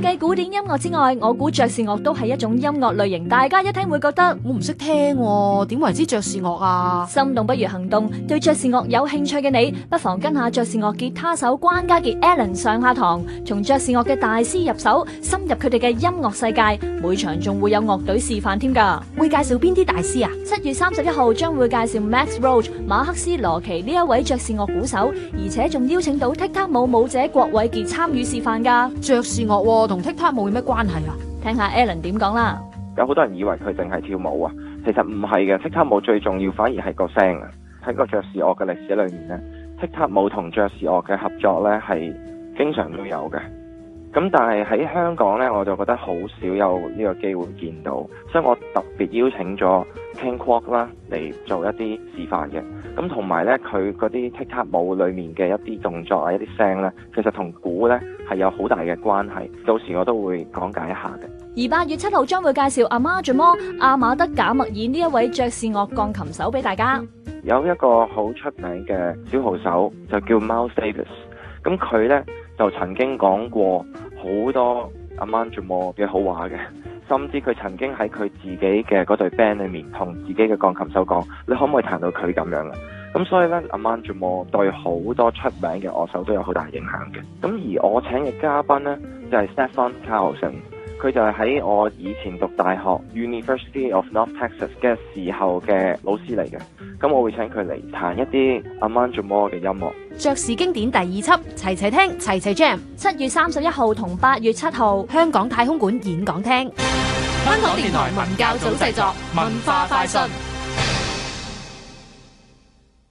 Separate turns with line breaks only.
继古典音樂之外，我估爵士樂都係一種音樂類型，大家一聽會覺得
我唔識聽喎，點為之爵士樂啊？
心動不如行動。對爵士樂有興趣嘅你，不妨跟下爵士樂吉他手關家傑 Alan 上下堂，從爵士樂嘅大師入手，深入佢哋嘅音樂世界。每場仲會有樂隊示範添㗎。
會介紹邊啲大師啊？
七月三十一號將會介紹 Max Roach 馬克斯羅奇呢一位爵士樂鼓手，而且仲邀請到踢踏舞舞者郭偉傑參與示範㗎。
爵士樂喎同踢踏舞有咩關係啊？
聽下 Alan 點講啦。
有好多人以為佢淨係跳舞啊，其實唔係嘅。踢踏舞最重要反而係個聲啊！喺個爵士樂嘅歷史裏面呢，踢踏舞同爵士樂嘅合作呢係經常都有嘅。咁但係喺香港呢，我就覺得好少有呢個機會見到，所以我特別邀請咗 Ken Kwok 啦嚟做一啲示範嘅。咁同埋呢，佢嗰啲踢踏舞裏面嘅一啲動作啊、一啲聲呢，其實同鼓呢係有好大嘅關係。到時我都會講解一下嘅。
而八月七號將會介紹阿媽做魔阿馬德賈默爾呢一位爵士樂鋼琴手俾大家。
有一個好出名嘅小號手就叫 Miles Davis，咁佢呢，就曾經講過好多 Amand j u m o 嘅好話嘅，甚至佢曾經喺佢自己嘅嗰隊 band 裏面同自己嘅鋼琴手講：你可唔可以彈到佢咁樣啊？咁所以呢 Amand j u m o 對好多出名嘅樂手都有好大影響嘅。咁而我請嘅嘉賓呢，就係、Stefan Carlson。佢就係喺我以前讀大學 University of North Texas 嘅時候嘅老師嚟嘅，咁我會請佢嚟彈一啲 a m a n d a m o 嘅音樂。
爵士經典第二輯，齊齊聽，齊齊 jam，
七月三十一號同八月七號，
香港太空館演講廳。
香港電台文教組製作，文化快訊。